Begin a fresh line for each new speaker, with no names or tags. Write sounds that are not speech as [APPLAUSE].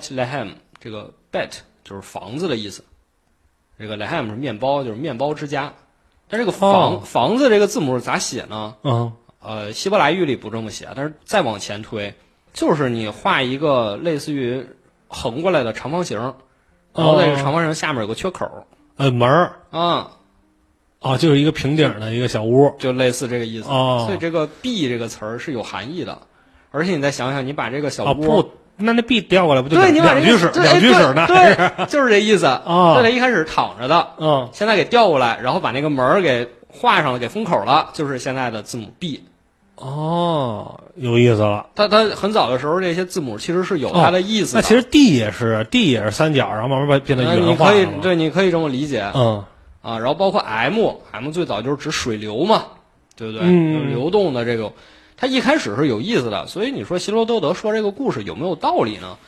Bethlehem 这个 bet 就是房子的意思，这个 lehem 是面包，就是面包之家。但这个房、
哦
房子这个字母咋写呢？
嗯，
呃，希伯来语里不这么写，但是再往前推，就是你画一个类似于横过来的长方形，然后在这
哦
个长方形下面有个缺口
呃，门儿
啊、
啊，就是一个平顶儿的一个小屋。
就类似这个意思。
哦
所以这个 “b” 这个词儿是有含义的，而且你再想想，你把这个小
啊，
屋，
不，那那币调过来不就
对
两
你把
两
这
居
个
室
对
两居室呢？
对，对就是这意思啊
哦
对，它一开始躺着的，
[LAUGHS] 嗯，
现在给调过来，然后把那个门儿给画上了，给封口了，就是现在的字母 “b”。
哦，有意思了。
它它很早的时候，这些字母其实是有它的意思的。
哦那其实地也是地也是三角，然后慢慢变变得
呃
圆
你
化
可以
了嘛。
对，你可以这么理解
嗯，
啊。然后包括 M，M 最早就是指水流嘛，对不对？
嗯
就是流动的这个，它一开始是有意思的。所以你说希罗多德说这个故事有没有道理呢？